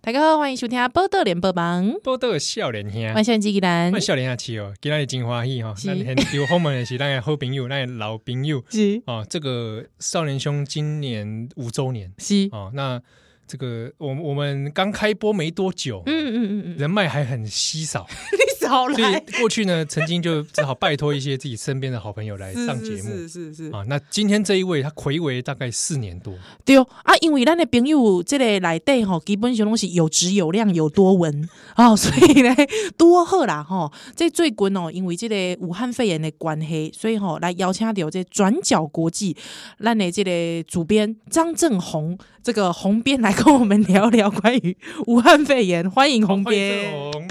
大家好，欢迎收听《波特联播榜》，多多有笑脸兄我，是机器人我，笑脸下气哦，今仔日真欢喜哦。是咱很丢后门的是咱的好朋友，咱的老朋友是哦。这个少年兄今年五周年是，哦，那这个我们我们刚开播没多久，嗯嗯嗯嗯，人脉还很稀少， 你少所以，过去呢，曾经就只好拜托一些自己身边的好朋友来上节目是是是啊。那今天这一位，他魁违大概四年多，哦对哦啊，因为咱的朋友这个内底吼，基本上拢是有质有量有多文哦， 所以咧多好啦吼。这最近哦，因为这个武汉肺炎的关系，所以吼、来邀请到这转角国际咱的这个主编张正红，这个红编来跟我们聊聊关于武汉肺炎，哦欢迎红欢迎编郑。红。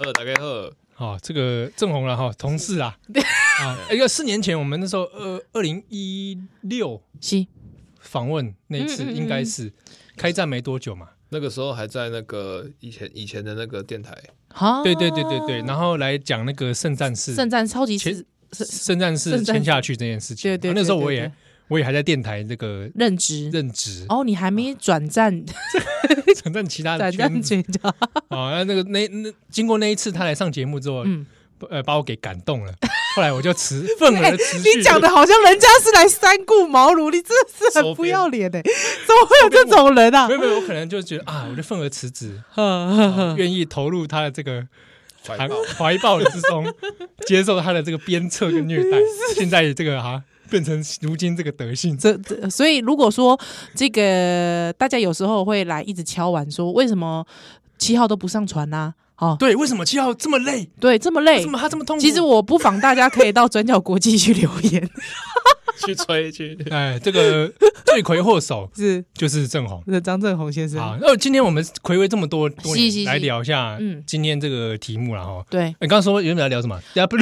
呃，大家好，哦，这个正红了哈，同事啊，啊，一个四年前我们那时候二二零一六是访问那一次，嗯嗯嗯应该是开战没多久嘛，那个时候还在那个以前以前的那个电台，好，对对对对对，然后来讲那个圣战士哦圣战超级前是是圣战士圣战士签下去这件事情，对对对那时候我对也对我也还在电台这个任职。任职， 哦，你还没转战转战其他的转战圈子群 的，啊，那那个那那经过那一次他来上节目之后，嗯，呃，把我给感动了，后来我就 辞愤而辞去，哎你讲的好像人家是来三顾茅庐，你真的是很不要脸哎、怎么会有这种人啊没？有没有，我可能就觉得啊，我就愤而辞职，呵呵呵愿意投入他的这个怀怀抱 怀抱之中，接受他的这个鞭策跟虐 待。现在这个啊，变成如今这个德 性，这这，所以如果说这个大家有时候会来一直敲碗说，为什么七号都不上传呐、哦，对，为什么七号这么累？对，这么为累什。么他这么痛苦？其实，我不妨大家可以到转角国际去留言，去吹去，哎，这个罪魁祸首是 就是郑 红。是张正宏先好生，，那今天我们回味这么多多是是年，是来聊一下嗯今天这个题目了哈。哎对，你刚刚说原本要聊什么？ 要不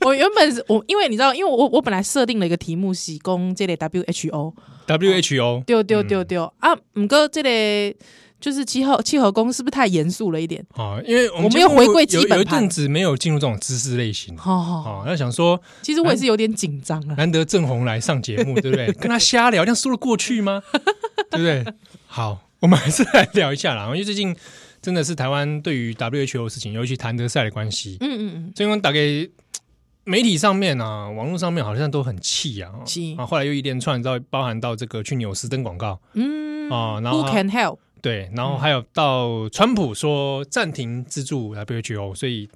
我原本是我因为你知道，因为我我本来设定了一个题目是讲这类 WHO， WHO 丢丢嗯丢丢啊，五哥这类就是气候气候工是不是太严肃了一点？ 啊，因为我我们们又节目回归基有本有一盘阵子没有进入这种知识类型。好好好，哦，那想说其实我也是有点紧张 啊。难得郑红来上节目，对不 对？跟他瞎聊，这样说得过去 吗？对不对？好，我们还是来聊一下啦，因为最近真的是台湾对于 WHO 的事情，尤其谭德赛的关系，嗯嗯嗯，所以我们打给媒体上面啊，网络上面好像都很气啊。哦是啊，后来又一连串到包含到这个去纽斯登广告，嗯啊， 然 w 后 h o can help？对，然后还有到川普说暂停资助 WHO，所以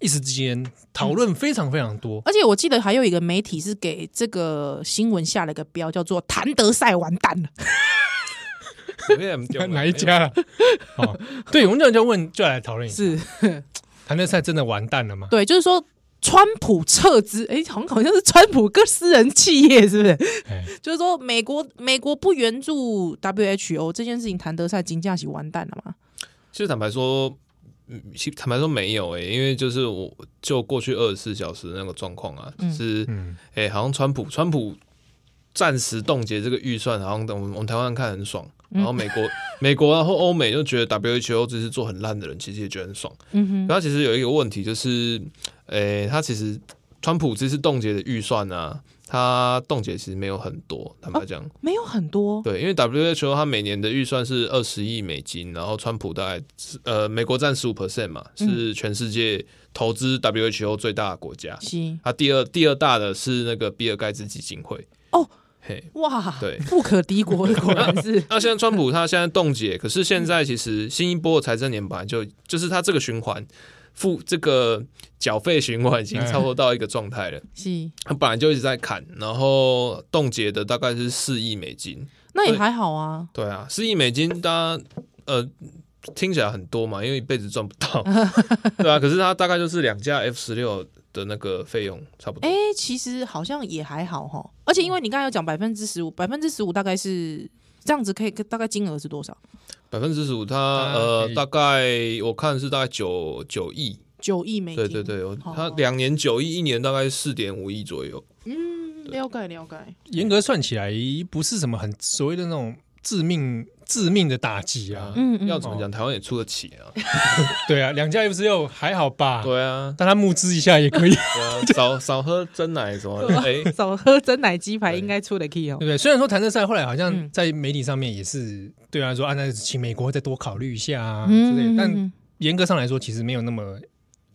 一时之间讨论非常非常多。而且我记得还有一个媒体是给这个新闻下了一个标，叫做“谭德赛完蛋了随便哪一？家了？哦， 对，我们就就问，就来讨论”，一下，是谭德赛真的完蛋了吗？对，就是说。川普撤资，哎，好像好像是川普个私人企业，是不是？哎 就是说，美国美国不援助 WHO 这件事情，谭德赛金价是完蛋了嘛？其实坦白说，嗯，其实坦白说没有欸诶、因为就是我就过去二十四小时的那个状况啊，就是嗯，诶、好像川普川普暂时冻结这个预算，好像我们我们台湾人看很爽，然后美国 美国然后欧美就觉得 WHO 这是做很烂的人，其实也觉得很爽。嗯可他其实有一个问题，就是，诶、他其实川普这次冻结的预算呢、啊，他冻结其实没有很多，坦白讲，哼，没有很多，对，因为 WHO 它每年的预算是二十亿美金，然后川普大概是呃美国占十五 percent 嘛，嗯是全世界投资 WHO 最大的国家，是它第二第二大的是那个比尔盖茨基金会哦，嘿。哇，对不可敌国，果然是那现在川普他现在冻结，可是现在其实新一波的财政年本来就就是他这个循环付这个缴费循环已经差不多到一个状态了， 是，他本来就一直在砍，然后冻结的大概是四亿美金，那也对还好啊，对啊，四亿美金，大家呃听起来很多嘛，因为一辈子赚不到，对啊，可是它大概就是两架 F 十六的那个费用差不多哎、，其实好像也还好哈，而且因为你刚才有讲百分之十五，百分之十五大概是这样子，可以大概金额是多少？百分之十五，它啊可呃以大概我看是大概九九亿，九亿美金，哦对对对，我好它两年九亿，一年大概四点五亿左右。嗯，了解了解，严格算起来，不是什么很所谓的那种致命致命的打击啊！嗯嗯要怎么讲，台湾也出得起啊，嗯对啊，两架 F 十六还好吧？对啊，但他募资一下也 可以，对对啊，少少喝真奶什么的，哎，少喝真奶鸡排应该出得起哦不。对？虽然说谭德赛后来好像嗯在媒体上面也是对他说啊，那请美国再多考虑一下啊之类的，嗯，但严格上来说，其实没有那么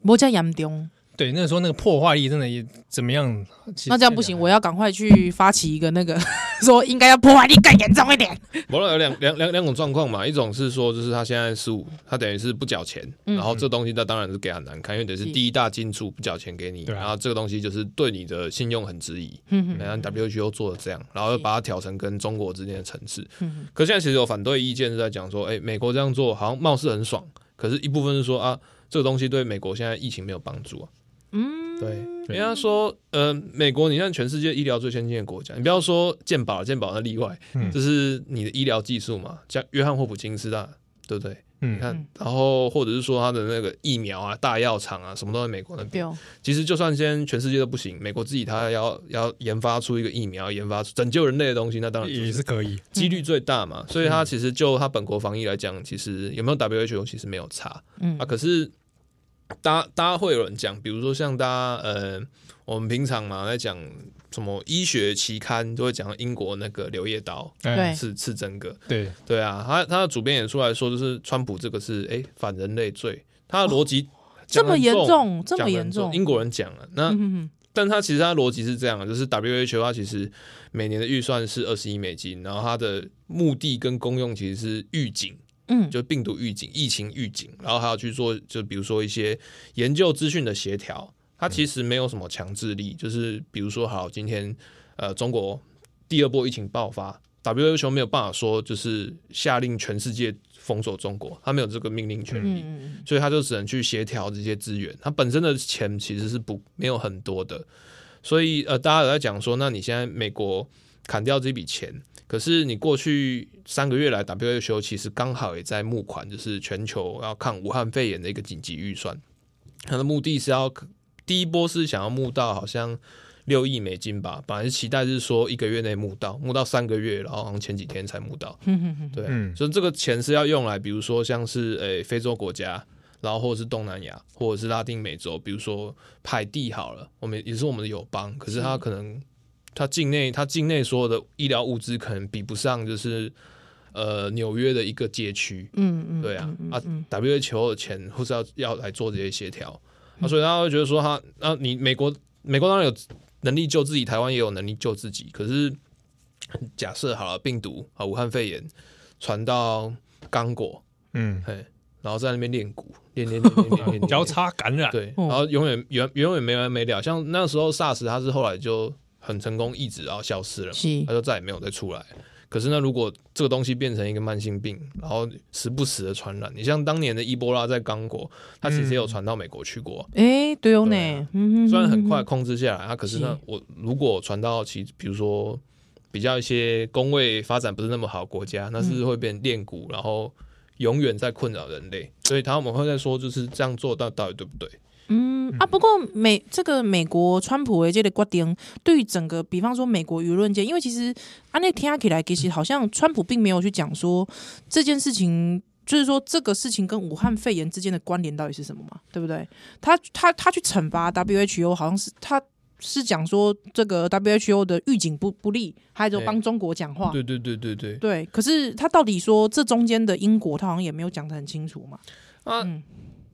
我叫严重，对。那时候那个破坏力真的也怎么样？其实那这样不行，现在我要赶快去发起一个那个说应该要破坏力更严重一点。无论有两两两两种状况嘛，一种是说就是他现在是他等于是不缴钱，嗯然后这东西他当然是给他很难看，因为等于是是第一大进出不缴钱给你，对啊然后这个东西就是对你的信用很质疑。嗯然后 WHO 做的这样，然后又把它调成跟中国之间的城市。嗯可现在其实有反对意见是在讲说，哎，美国这样做好像貌似很爽，可是一部分是说啊，这个东西对美国现在疫情没有帮助啊。嗯，对，对人家说，呃，美国你看全世界医疗最先进的国家，你不要说健保，健保那例外，嗯就是你的医疗技术嘛，像约翰霍普金斯大，对不对？你嗯看嗯，然后或者是说他的那个疫苗啊、大药厂啊，什么都在美国那对边。哦，其实就算现在全世界都不行，美国自己他要要研发出一个疫苗，研发出拯救人类的东西，那当然就也是是可以。几率最大嗯嘛。所以他其实就他本国防疫来讲，其实有没有 WHO 其实没有差。嗯啊，可是大家大家会有人讲，比如说像大家呃，我们平常嘛在讲什么医学期刊，都会讲到英国那个柳叶刀哎是是真个，对，对啊，他他的主编也出来说，就是川普这个是哎、反人类罪，他的逻辑、哦这讲么得很严重。重，这么讲得严很重，英国人讲了、那、嗯但他其实他的逻辑是这样的，就是 WHO 它其实每年的预算是二十亿美金，然后它的目的跟功用其实是预警，嗯就病毒预警、疫情预警，然后还有去做，就比如说一些研究资讯的协调，它其实没有什么强制力，就是比如说，好，今天呃中国第二波疫情爆发，WHO 没有办法说就是下令全世界封锁中国，它没有这个命令权力。嗯所以他就只能去协调这些资源。他本身的钱其实是不没有很多的，所以呃，大家有在讲说，那你现在美国砍掉这笔钱，可是你过去三个月来 WHO 其实刚好也在募款，就是全球要抗武汉肺炎的一个紧急预算，它的目的是要第一波是想要募到好像。六亿美金吧，本来是期待是说一个月内募到，募到三个月，然后好像前几天才募到。嗯对，啊嗯所以这个钱是要用来，比如说像是诶、非洲国家，然后或者是东南亚，或者是拉丁美洲，比如说海地好了，我们也是我们的友邦，可是它可能它境内它境内所有的医疗物资可能比不上就是呃纽约的一个街区，嗯对啊啊嗯 WHO 的钱或是要要来做这些协调，嗯啊，所以大家会觉得说他，那、你美国美国当然有能力救自己，台湾也有能力救自己，可是假设好了，病毒啊，武汉肺炎传到刚果，嗯，嘿，然后在那边练鼓，练练练练练 练，交叉感染，对，哦然后永远永永远没完没了，像那时候 SARS，它是后来就很成功抑制，然后消失了嘛，是它就再也没有再出来。可是呢，如果这个东西变成一个慢性病，然后时不时的传染，你像当年的伊波拉在刚果，它其实也有传到美国去过啊。哎，对哦对呢啊，嗯虽然很快，控制下来，它啊可是呢是，我如果传到其比如说比较一些工位发展不是那么好的国家，那嗯是会变练骨，然后永远在困扰人类。所以他们会在说，就是这样做到到底对不对？嗯啊，不过美这个美国川普的这个决定，对于整个比方说美国舆论界，因为其实啊那听起来其实好像川普并没有去讲说这件事情。就是说，这个事情跟武汉肺炎之间的关联到底是什么嘛？对不对？他他他去惩罚 WHO，好像是他是讲说这个 WHO 的预警不不利，还有哎帮中国讲话。对对对对对。对，可是他到底说这中间的因果，他好像也没有讲得很清楚嘛。啊嗯，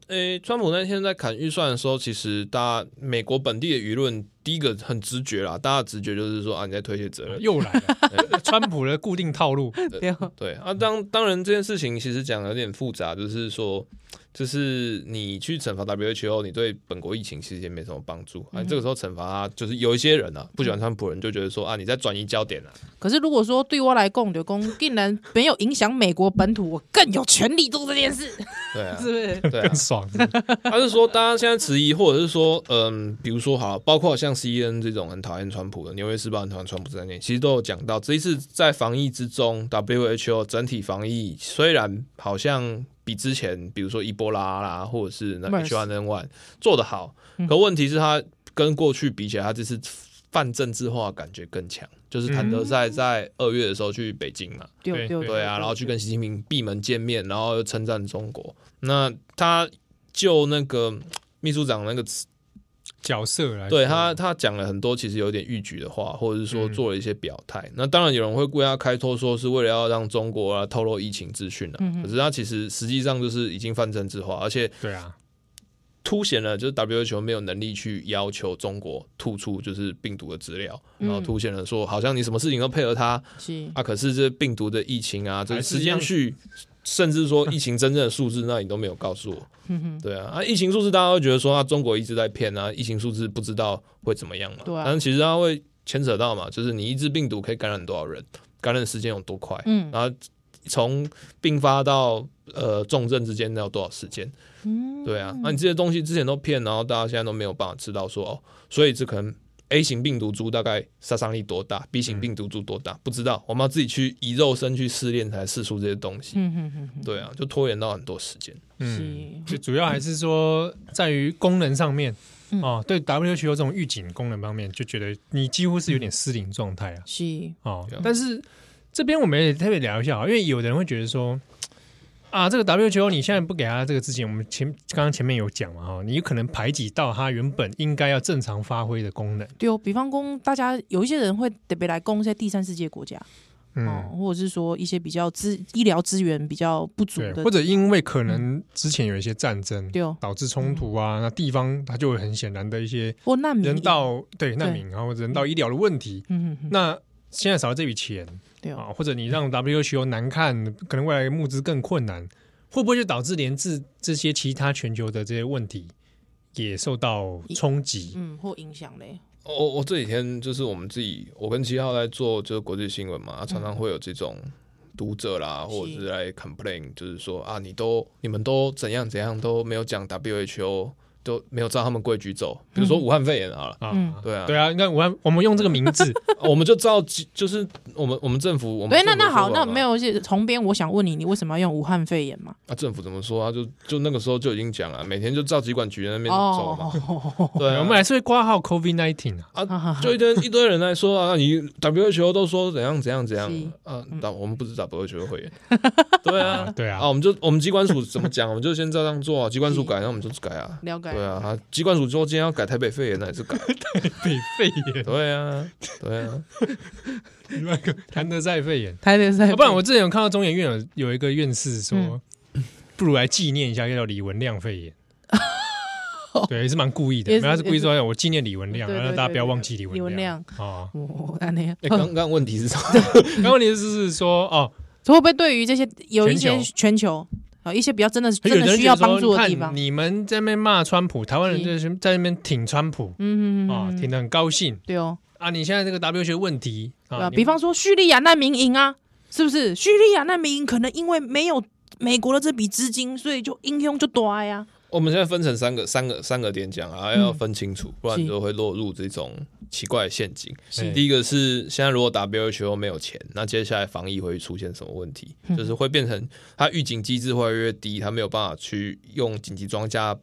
诶、川普那天在砍预算的时候，其实大家美国本地的舆论，第一个很直觉啦，大家的直觉就是说啊，你在推卸责任。又来了，川普的固定套路，对哦，对啊，当当然这件事情其实讲的有点复杂，就是说，就是你去惩罚 WHO，你对本国疫情其实也没什么帮助。啊，这个时候惩罚他，就是有一些人啊，不喜欢川普人就觉得说啊，你在转移焦点啊。可是如果说对我来讲，就讲竟然没有影响美国本土，我更有权利做这件事，对 啊是，不是？ 对啊更，爽。 他是说大家现在迟疑，或者是说，嗯，比如说好，包括像 C E N 这种很讨厌川普的《纽约时报》很讨厌川普在内，其实都有讲到，这一次在防疫之中，W H O 整体防疫虽然好像比之前，比如说伊波拉啦，或者是那 MERS H 1 N 1做得好嗯，可问题是它跟过去比起来，它这次泛政治化的感觉更强。就是谭德赛在二月的时候去北京嘛，对对对对啊，然后去跟习近平闭门见面，然后称赞中国。那他就那个秘书长那个词，角色来说，对他他讲了很多其实有点逾矩的话，或者是说嗯做了一些表态。那当然有人会为他开脱，说是为了要让中国啊透露疫情资讯啊。嗯哼可是他其实实际上就是已经泛政治化，而且对啊，凸显了就是 WHO 没有能力去要求中国吐出就是病毒的资料，嗯然后凸显了说好像你什么事情都配合他是啊，可是这病毒的疫情啊，这还是时一样间序，甚至说疫情真正的数字，那你都没有告诉我。嗯哼对啊，啊，疫情数字大家会觉得说啊，中国一直在骗啊，疫情数字不知道会怎么样嘛。对啊但是其实它会牵扯到嘛，就是你一只病毒可以感染多少人，感染时间有多快，嗯然后从并发到呃重症之间要多少时间。嗯对啊，那你这些东西之前都骗，然后大家现在都没有办法知道说哦，所以这可能 A 型病毒株大概杀伤力多大，B 嗯型病毒株多大、不知道，我们要自己去以肉身去试炼才试出这些东西。嗯哼哼哼对啊，就拖延到很多时间。嗯，是就主要还是说在于功能上面嗯哦，对 WHO 这种预警功能方面，就觉得你几乎是有点失灵状态啊。是哦对，但是这边我们也特别聊一下啊，因为有的人会觉得说。啊，这个 WHO 你现在不给他这个之前，我们前刚刚前面有讲嘛，哦哈，你有可能排挤到他原本应该要正常发挥的功能，对哦，比方讲，大家有一些人会特别来攻一些第三世界国家，嗯，哦，或者是说一些比较资医疗资源比较不足对，的嗯或，者因为可能之前有一些战争对哦，导致冲突啊，那地方它就会很显然的一些或难民人营，道对难民，然后人道医疗的问题。嗯哼哼，那现在少了这笔钱对哦，啊，或者你让 WHO 难看，可能未来募资更困难，会不会就导致连自这些其他全球的这些问题也受到冲击？嗯，或影响嘞，哦我我我这几天就是我们自己，我跟七号在做就是国际新闻嘛，啊常嗯常会有这种读者啦，或者是来 complain，就是说啊，你都你们都怎样怎样都没有讲 WHO，都没有照他们规矩走，比如说武汉肺炎好了。啊，嗯对啊，对啊，那我我们用这个名字，我们就照就是我们我们政府，我们对，那政府那好，说法那嘛没有是重编，我想问你，你为什么要用武汉肺炎嘛？啊，政府怎么说啊？就就那个时候就已经讲了，每天就照疾管局那边 走嘛，哦，对啊，我们还是会挂号 COVID nineteen 啊。哈哈哈 就一堆一堆人来说啊，你 WHO 都说怎样怎样怎样是啊，但我们不是 WHO 会员，对 啊，对啊哦啊，，我们就我们机关署怎么讲，我们就先照样做啊，机关署改，那我们就改啊，了解对啊，啊，机关署说今天要改台北肺炎，那也是改，被肺炎，对啊，对 啊，另外一个谭德赛肺炎。台北赛，啊、不然我之前有看到中研院有有一个院士说，嗯 不如来纪念一下，叫李文亮肺 炎。对，也是蛮故意的也，是然后他是故意说我纪念李文亮，对对然后大家不要忘记李文对对对亮啊。哦，那那样。哎，刚刚问题是什么？然后问题是是说哦，会不会对 于这些有一些全全球啊一些比较真的有真的人需要觉得帮说助的地看方？嗯你们在那边骂川普，台湾人在在那边挺川普嗯嗯啊，嗯，挺得很高兴对哦，啊。你现在这个 W 学问题对啊，吧？你比方说叙利亚难民营啊，是不是？叙利亚难民营可能因为没有美国的这笔资金，所以就英雄就多呀。我们现在分成三个三个三个点讲啊，要分清楚，不然你是就会落入这种奇怪的陷阱。是第一个是现在如果 WHO 没有钱，那接下来防疫会出现什么问题？就是会变成它预警机制会越来越低，它没有办法去用紧急专家。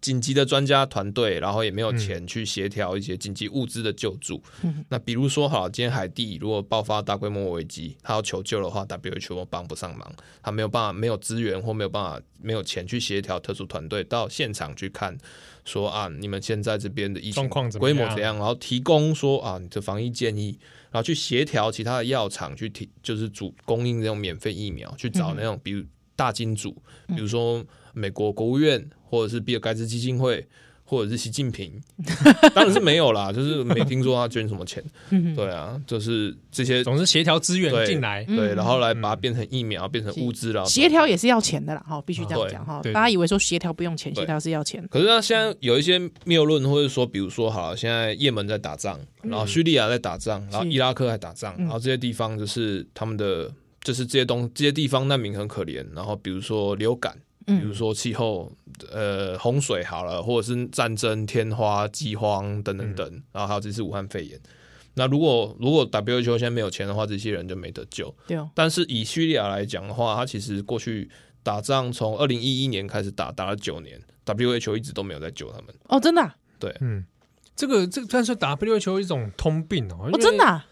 紧急的专家团队，然后也没有钱去协调一些紧急物资的救助。那比如说，好，今天海地如果爆发大规模危机，他要求救的话，WHO 帮不上忙，他没有办法，没有资源或没有办法，没有钱去协调特殊团队到现场去看，说啊，你们现在这边的疫情状况怎么规样模怎样，然后提供说啊，你的防疫建议，然后去协调其他的药厂去提，就是主供应那种免费疫苗，去找那嗯种比如大金主，比如说美国国务院或者是比尔盖茨基金会。或者是习 近平，当然是没有啦，就是没听说他捐什么钱。嗯对啊，就是这些总是协调资源对进来，对，然后来把它变成疫苗，变成物资了。协调也是要钱的啦，哦哈，必须这样对讲哈。对大家以为说协调不用钱，对协调是要钱。可是他现在有一些谬论，或者说，比如说，好了，现在也门在打仗，然后叙利亚在打仗，然后伊拉克在打仗，然后这些地方就是他们的，就是这些东这些地方难民很可怜。然后比如说流感，比如说气候，呃，洪水好了，或者是战争、天花、饥荒等等等，然后还有这次武汉肺炎。那如果如果 WHO 现在没有钱的话，这些人就没得救。对哦，但是以叙利亚来讲的话，它其实过去打仗从二零一一年开始打，打了九年，WHO 一直都没有在救他们。哦，真的啊对，嗯，这个这个算是 WHO 一种通病哦，因哦，为真的啊、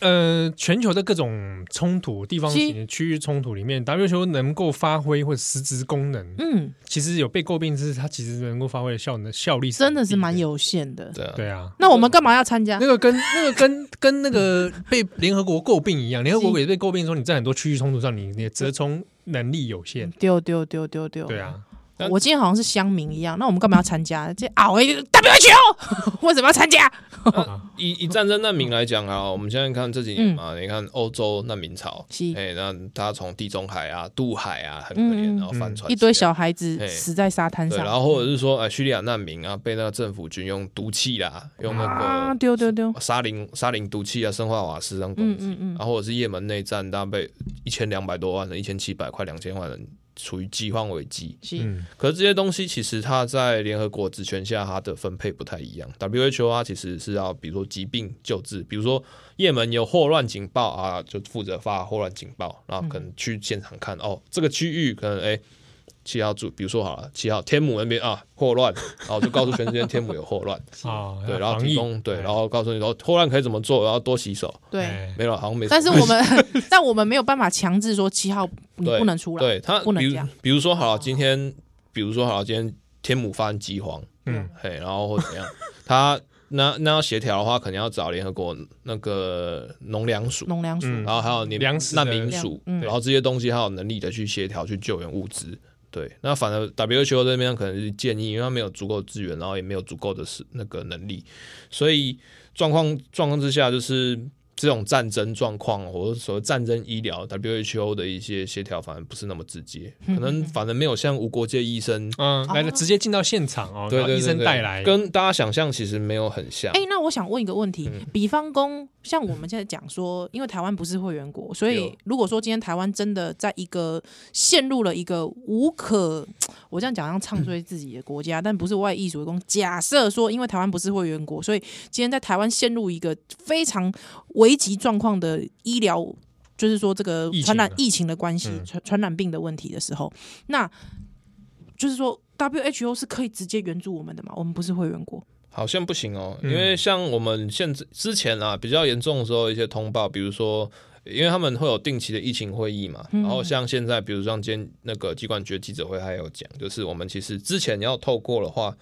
呃，全球的各种冲突、地方是型的区域冲突里面，WHO 能够发挥或者实质功能，嗯，其实有被诟病是它其实能够发挥的效能效力真的是蛮低有限的。对啊，嗯对啊。那我们干嘛要参加那？个跟那个跟跟 那个被联合国诟病一样，联合国也被诟病说你在很多区域冲突上，你你的折冲能力有限。丢丢丢丢丢！对，啊，但我今天好像是乡民一样，那我们干嘛要参加？这啊熬 WHO 为什么要参加？以以战争难民来讲啊，我们现在看这几嗯年嘛，你看欧洲难民潮，是哎，那他从地中海啊、渡海啊，很可怜，嗯嗯然后帆船一堆小孩子哎死在沙滩对，然上后或者是说，哎，叙利亚难民啊，被那个政府军用毒气啦，用啊！那丢丢丢！个沙林沙林毒气啊、生化瓦斯这样攻嗯击，嗯嗯，然后或者是也门内战，大家被一千两百多万人、一千七百快两千万人处于饥荒危机。是嗯，可是这些东西其实它在联合国职权下，它的分配不太一样。WHO 它其实是要比如说疾病救治，比如说也门有霍乱警报啊，就负责发霍乱警报，然后可能去现场看、嗯哦，这个区域可能哎。七号住，比如说好了，七号天母那边啊，霍乱，然后就告诉全世界天母有霍 乱，啊，对，然后防提疫供对，哎然后告诉你说哦霍乱可以怎么做，然后多洗手，对。哎没了，好像没什么。但是我们， 但我们没有办法强制说七号你对不能出来。对他，不能比如这样比如说好了，今天比如说好了，今天天母发生饥荒，嗯嘿，然后或怎么样，他那那要协调的话，可能要找联合国那个农粮署，农粮署，嗯然后还有你粮食的难民署，嗯然后这些东西还有能力的去协调去救援物资。对，那反而 WHO 这边可能是建议，因为他没有足够资源，然后也没有足够的是那个能力，所以状况状况之下，就是这种战争状况或者所谓战争医疗 WHO 的一些协调，反而不是那么直接，可能反而没有像无国界医生，嗯，来了直接进到现场哦，对然后对医对生对带来，跟大家想象其实没有很像。哎、那我想问一个问题，比方公像我们现在讲说，因为台湾不是会员国，所以有如果说今天台湾真的在一个陷入了一个无可，我这样讲好像唱衰自己的国家，但不是外艺术工。假设说，因为台湾不是会员国，所以今天在台湾陷入一个非常危急状况的医疗，就是说这个疫情传染啊疫情的关系、嗯传传染病的问题的时候，那就是说 WHO 是可以直接援助我们的嘛？我们不是会员国。好像不行哦，嗯因为像我们现在之前啊比较严重的时候，一些通报，比如说，因为他们会有定期的疫情会议嘛，然后像现在，比如像今天那个机关局的记者会，还有讲，就是我们其实之前要透过的话，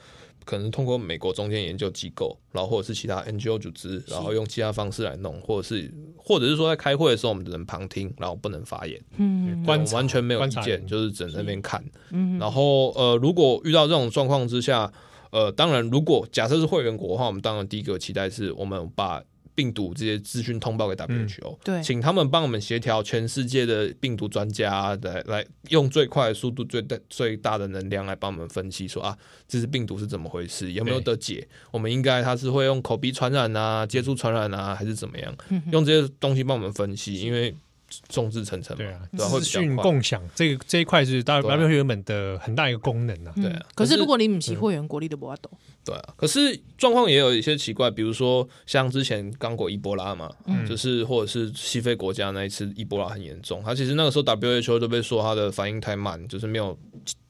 可能通过美国中间研究机构，然后或者是其他 NGO 组织，然后用其他方式来弄，或者是或者是说在开会的时候，我们只能旁听，然后不能发言。嗯，观我察完全没有观意察见，人就是只能在那边看。嗯然后呃，如果遇到这种状况之下，呃，当然如果假设是会员国的话，我们当然第一个期待是我们把病毒这些资讯通报给 WHO，、嗯对请他们帮我们协调全世界的病毒专家来来用最快的速度、最大最大的能量来帮我们分析说啊，这只病毒是怎么回事，有没有对得解？我们应该它是会用口鼻传染啊、接触传染啊，还是怎么样？嗯用这些东西帮我们分析，因为众志成城嘛，对啊，对啊会资比较讯快共享这个这一块是 W 对啊 W 原本的很大一个功能啊。嗯对啊可可是是如果你不是会员国，你都不要懂。对啊，可是状况也有一些奇怪，比如说像之前刚果伊波拉嘛，就是或者是西非国家那一次伊波拉很严重，它其实那个时候 WHO 都被说它的反应太慢，就是没有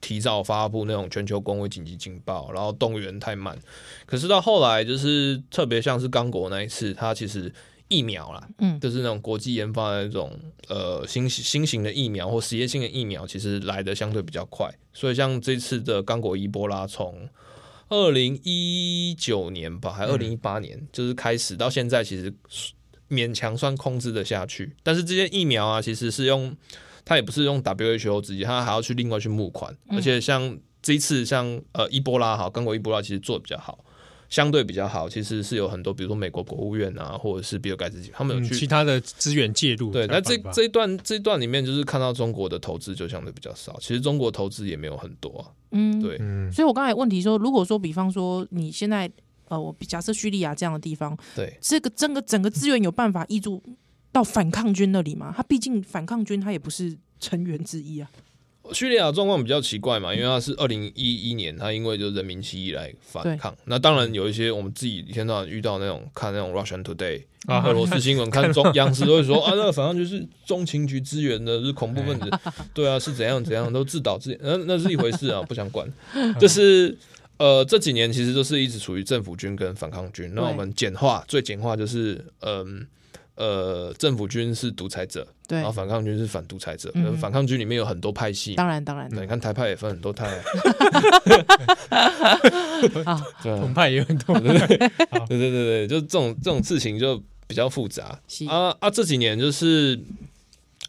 提早发布那种全球公卫紧急警报，然后动员太慢。可是到后来，就是特别像是刚果那一次，它其实疫苗啦，嗯就是那种国际研发的那种呃新新型的疫苗或实验性的疫苗，其实来的相对比较快。所以像这次的刚果伊波拉从二零一九年吧，还二零一八年，就是开始到现在，其实勉强算控制的下去。但是这些疫苗啊，其实是用它也不是用 WHO 直接，它还要去另外去募款。而且像这一次像呃伊波拉哈，刚果伊波拉其实做的比较好。相对比较好，其实是有很多，比如说美国国务院啊，或者是比尔盖茨基，他们嗯，有去其他的资源介入。对，那这才有办法这一段这一段里面，就是看到中国的投资就相对比较少，其实中国投资也没有很多啊。嗯，对，嗯，所以我刚才问题说，如果说比方说你现在呃，我假设叙利亚这样的地方，对，这个整个整个资源有办法挹注到反抗军那里吗？他毕竟反抗军他也不是成员之一啊。叙利亚状况比较奇怪嘛，因为它是二零一一年，它因为就是人民起义来反对抗。那当然有一些我们自己一天到晚遇到那种看那种 Russian Today 啊嗯俄罗斯新闻，看中央视都会说啊，那个反正就是中情局支援的，是恐怖分子，呃对啊，是怎样怎样都自导自演，那那是一回事啊，不想管。就是呃，这几年其实都是一直处于政府军跟反抗军。那对我们简化，最简化就是，嗯呃政府军是独裁者，对然后，反抗军是反独裁者。嗯呃反抗军里面有很多派系嘛，当然当然那你看台派也分很多派、啊，啊， 对啊澎湃也有很多， 对对对对，就这种这种事情就比较复杂是啊啊！这几年就是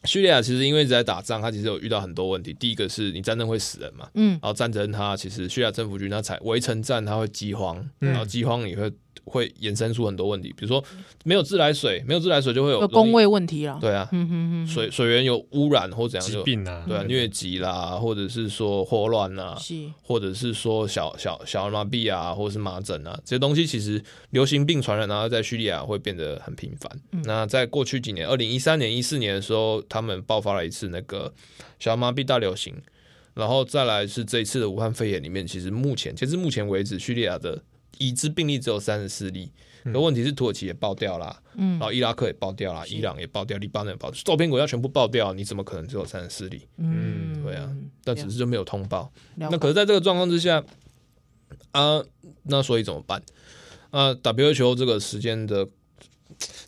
叙利亚，其实因为一直在打仗，它其实有遇到很多问题。第一个是你战争会死人嘛，嗯，然后战争它其实叙利亚政府军它才围城战，它会饥荒，嗯然后饥荒你会会衍生出很多问题，比如说没有自来水，没有自来水就会有有容易工位问题了，对啊，嗯哼哼，水水源有污染或怎样疾就病啊，对啊疟疾啦，或者是说霍乱啊啦、是或者是说小小小儿麻痹啊，或者是麻疹啊，这些东西其实流行病传染，然后在叙利亚会变得很频繁。那在过去几年，二零一三年、一四年的时候，他们爆发了一次那个小儿麻痹大流行，然后再来是这一次的武汉肺炎里面，其实目前截至目前为止，叙利亚的已知病例只有三十四例。可问题是，土耳其也爆掉啦，嗯然后伊拉克也爆掉啦，伊朗也爆掉，黎巴嫩也爆掉，周边国家全部爆掉，你怎么可能只有三十四例？嗯，对啊，但只是就没有通报。了那解可是在这个状况之下，啊，那所以怎么办？啊，WHO 这个时间的，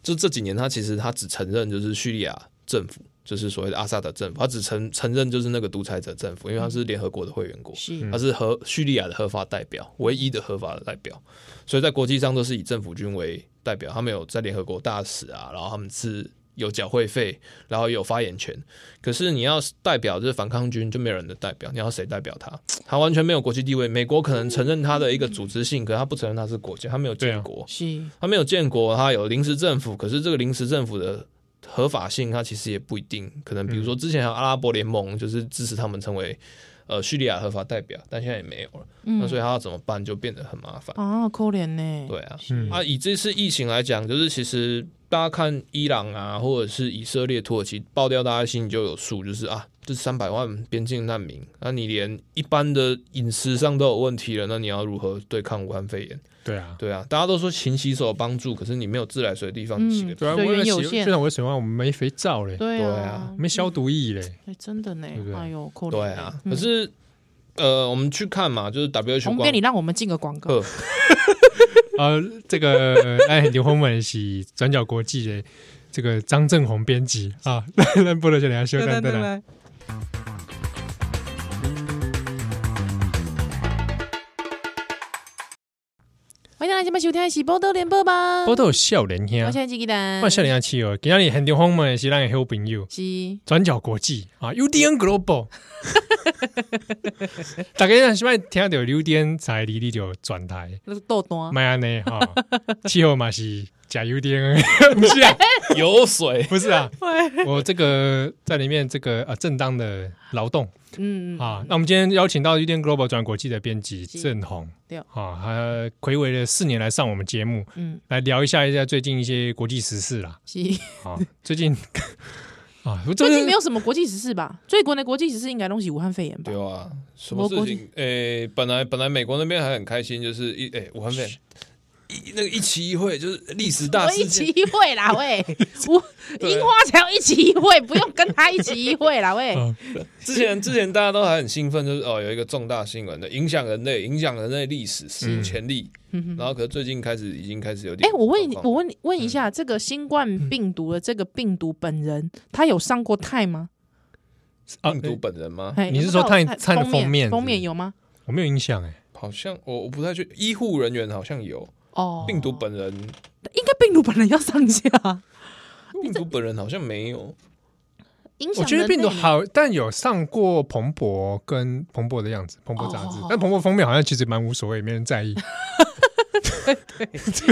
就这几年，他其实他只承认就是叙利亚政府，就是所谓的阿萨德政府，他只承承认就是那个独裁者政府，因为他是联合国的会员国，是他是合叙利亚的合法代表，唯一的合法的代表，所以在国际上都是以政府军为代表，他们有在联合国大使啊，然后他们是有缴会费，然后有发言权。可是你要代表就是反抗军，就没有人的代表，你要谁代表他？他完全没有国际地位。美国可能承认他的一个组织性，可是他不承认他是国家，他没有建国，是他没有建国，他有临时政府，可是这个临时政府的。合法性，它其实也不一定，可能比如说之前还有阿拉伯联盟，就是支持他们成为呃叙利亚合法代表，但现在也没有了。那所以他要怎么办就变得很麻烦。啊，可怜呢，对啊，嗯啊，以这次疫情来讲，就是其实大家看伊朗啊，或者是以色列、土耳其爆掉，大家心里就有数，就是啊，这三百万边境难民，那、你连一般的饮食上都有问题了，那你要如何对抗武汉肺炎？对啊，对啊，大家都说勤洗手有帮助，可是你没有自来水的地方，嗯你洗个屁、对啊，我水源有有洗限虽然我有水湾我们没肥皂嘞，对对啊啊，没消毒液嘞，哎，真的呢对不，对哎呦，可怜呢，对啊，嗯可是呃，我们去看嘛，就是 WHO 红官给你让我们进个广告，呃呃，这个 哎，刘宏文是转角国际的这个张正宏编辑啊， 咱不能就聊修改对了。对，欢迎大家今晚收听的是《波多联播》吧，波豆笑脸我兄，现在记得，我笑脸兄七哦，今天很刘宏文是咱的好朋友，是转角国际啊，UDN Global。大家现在听到 UDN 才离你就转台，那是豆端，麦安呢哈，气候嘛是假 UDN，不是啊，有水， 不是啊，我这个在里面这个啊正当的劳动。嗯，啊，那我们今天邀请到 u d n Global 转国际的编辑是郑红，对啊，他暌违了四年来上我们节目，嗯，来聊一下一下最近一些国际时事 啦。是啊，最近 啊，我最近没有有什么国际时事吧？最国的国际时事应该都是武汉肺炎吧对？啊，什么我事国际情？诶、本来本来美国那边还很开心，就是一诶、武汉肺炎一那个一期一会，就是历史大我事一起件。一会啦， 喂，我樱花才要一起一会，不用跟他一起一会啦， 喂，嗯之前之前大家都还很兴奋，就是哦有一个重大新闻的影响人类，影响人类历史史无前例。然后可是最近开始已经开始有点哎，嗯我问状你，况我问你问一嗯下，这个新冠病毒的这个病毒本人，他有上过泰吗？啊病毒本人吗？哎你是有没有说泰泰泰的封封面是不是封面有吗？我没有印象哎，好像我我不太确，医护人员好像有哦，病毒本人，应该病毒本人要上架，病毒本人好像没有。影响我觉得人类病毒好，但有上过彭博跟彭博的样子，彭博杂志哦，但彭博封面好像其实蛮无所谓，没人在 意。好像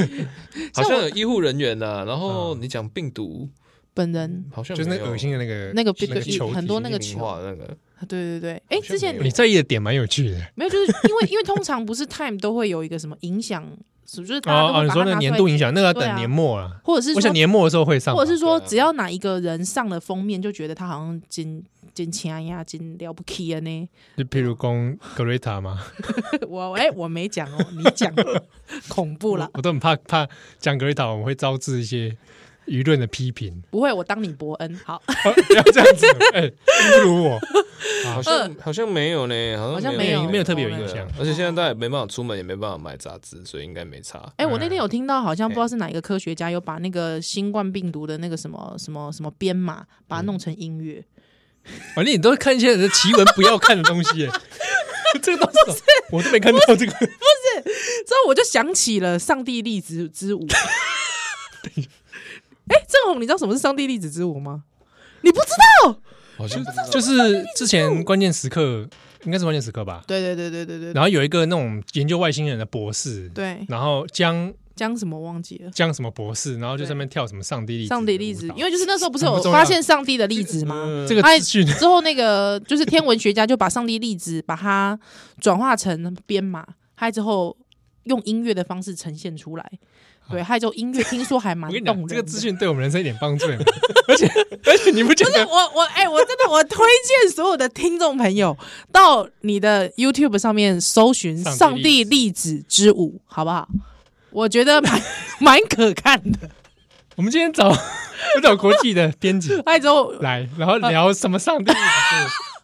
我像有医护人员呐、然后你讲病毒，本人好像就是那没有恶心的那个那个病那个球体很多那个明球，化的那个，对对对，哎，好像之前没有你在意的点蛮有趣的。没有，就是 因为因为通常不是 Time 都会有一个什么影响，是不是？就是大家都哦会哦，你把它说那拿出个年来度影响，那个要对等啊年末啊。或者是我想说，年末的时候会上吧，或者是说，对啊只要哪一个人上了封面，就觉得他好像真真强呀，真了不起了呢。 就譬如攻 Greta 嘛，我哎、我没 讲哦，你讲恐怖了。嗯我都很怕怕讲格瑞塔，我们会招致一些舆论的批评，不会，我当你伯恩好，嗯哦不要这样子，哎，侮辱我，好像好像没有呢，好好像没没有没有特别有没印对象啊。而且现在大家也没办法出门，也没办法买杂志，所以应该没差。哎、我那天有听到，好像不知道是哪一个科学家有把那个新冠病毒的那个什么什么什么编码，把它弄成音乐。反正你都会看一些奇闻不要看的 东西耶，这个东西我都没看到这个。之后我就想起了上帝粒子之舞。 哎、郑红，你知道什么是上帝粒子之舞吗？你不知道？好像不知道就是之前关键时刻，应该是关键时刻吧。对对对对对对然后有一个那种研究外星人的博士，对，然后江江什么忘记了？江什么博士，然后就上面跳什么上帝粒子上帝粒子，因为就是那时候不是很有不重要发现上帝的粒子吗？为这个哎资讯之后那个就是天文学家就把上帝粒子把它转化成编码，嗨之后用音乐的方式呈现出来。对，嗨之后音乐听说还蛮我跟你动人的。讲，这个资讯对我们人生一点帮助也没有，而且而且你不觉不是 得？我我哎、我真的我推荐所有的听众朋友到你的 YouTube 上面搜寻“上上帝帝粒子之舞”，好不好？我觉得蛮 蛮可看的。我们今天找我找国际的编辑 嗨之后来，然后聊什么上帝粒子？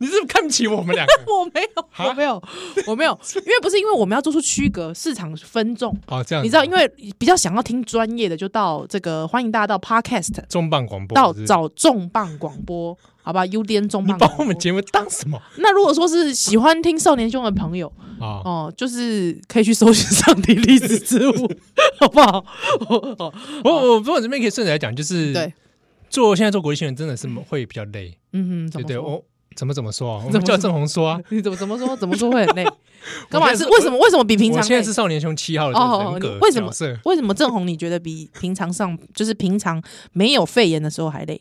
你是不是看不起我们两个？ 我没有，我没有，我 没有，因为不是因为我们要做出区隔，市场分众。哦，这样子你知道，因为比较想要听专业的，就到这个欢迎大家到 Podcast，重磅广播到是不是找重磅广播，好吧？UDN 重你磅把广我们播节目当什么那如果说是喜欢听少年兄的朋 友，啊？哦、就是可以去搜寻《上帝粒子之物》，好不好？哦我我不过这边可以顺着来讲， 就是对，做现在做国际新闻真的是会比较累，嗯哼，怎对么对，说？我怎么怎么说啊？我怎们么叫郑红说啊， 你怎么怎么说？怎么说会很 累？干嘛现是在是为什么？为什么比平我常现在累是？少年兄七号的哦人你格为什么角色为什么郑红你觉得比平常上就是平常没有肺炎的时候还累？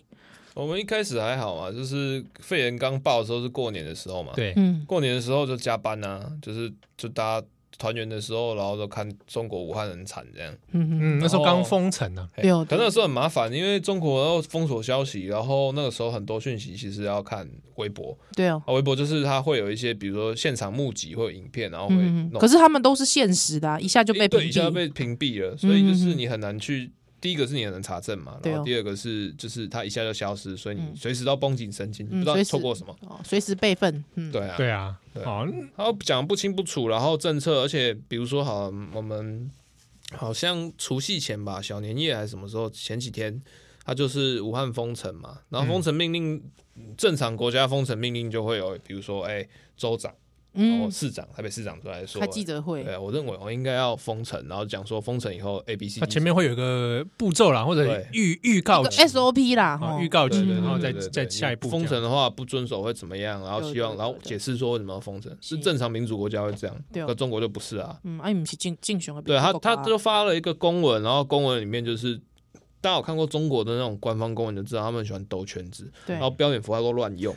我们一开始还好嘛，就是肺炎刚爆的时候是过年的时候嘛，，对，嗯，过年的时候就加班啊，就是就大家团圆的时候，然后就看中国武汉很惨这样。嗯嗯，嗯，那时候刚封城啊，嘿对哦可那时候很麻烦，因为中国要封锁消息，然后那个时候很多讯息其实要看微博，对哦。啊，微博就是它会有一些，比如说现场目击会有影片，然后会嗯，弄可是他们都是现实的、啊，一下就被屏对一下蔽。被屏蔽了，所以就是嗯嗯嗯你很难去。第一个是你很难查证嘛，对哦然后第二个是就是它一下就消失，所以你嗯随时都要绷紧神经，嗯你不知道随你时错过什么。哦，随时备份。嗯，对啊，对啊，对好，然后讲不清不楚，然后政策，而且比如说好，嗯我们好像除夕前吧，小年夜还是什么时候前几天，它就是武汉封城嘛，然后封城命令，正常国家封城命令就会有，比如说哎，州长，然后嗯，市长，台北市长出来说开，记者会。对，啊我认为我应该要封城，然后讲说封城以后 A B C，它啊前面会有一个步骤啦，或者对预预告个期 SOP 啦，啊哈，预告期，嗯然后对再对对再对下一步封这样城的话不遵守会怎么样？然后对希望，对然后对对解释说为什么要封城，是是正常民主国家会这样，对哦可中国就不是啊。嗯，哎，你们是竞竞选的比对较他高，啊他就发了一个公文，然后公文里面就是大家有看过中国的那种官方公文，就知道他们喜欢兜圈子，对然后标点符号都乱用，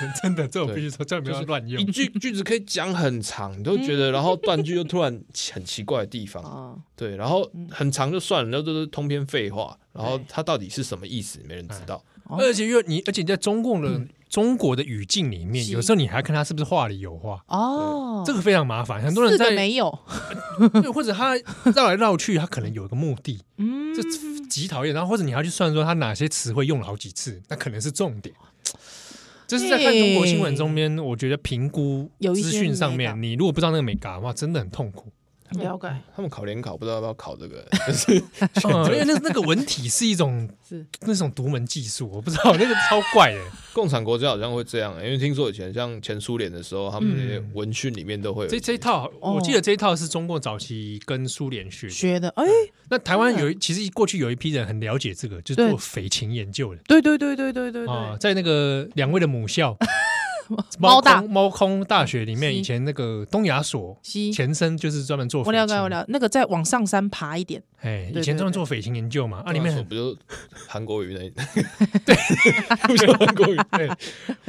真 真的，这我必须说，这不就要是乱用一。句句子可以讲很长，你都觉 得，然后断句又突然很奇怪的地方，啊，对，然后很长就算了，然后都是通篇废话，然后它到底是什么意思，没人知道。哦嗯而且又你，而且你在中共的中国的语境里面，是有时候你还看他是不是话里有话，哦，这个个非常麻烦。很多人在没有， 对，或者他绕来绕去，他可能有一个目的，嗯，这极讨厌。然后或者你还要去算说他哪些词汇用了好几次，那可能是重哎点。这是在看中国新闻中间，我觉得评估有一些资讯上美面，感你如果不知道那个美嘎的话，真的很痛 苦。了解，他们考联考不知道要不要考这个， 嗯 因为那那个文体是一种哦 是那种独门技术，我不知 道那个超怪的。共产国家好像会这样，因为听说以前像前苏联的时候，他们那些嗯文训里面都会有这这一套，哦我记得这一套是中共早期跟苏联学的。学的，哎，那台湾真的有一其实过去有一批人很了解这个，就嗯是对做匪情研究的。对对对对对对啊，对，在那个两位的母 校猫大空猫空大学里面，是以前那个东亚所西，前身就是专门做我匪了解情我了解，那个再往上山爬一点，哎，对以前专门做匪情研究嘛，啊，里面很不就韩国语那韩国语对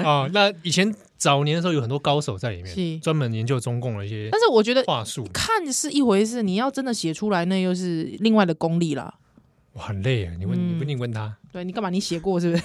啊，那以前早年的时候有很多高手在里是呃面，专门研究中共的一些但是我觉得话术。看是一回事，你要真的写出来，那又是另外的功力啦。我很累啊，你问、嗯你不一定问他，对你干嘛？你写过是不是？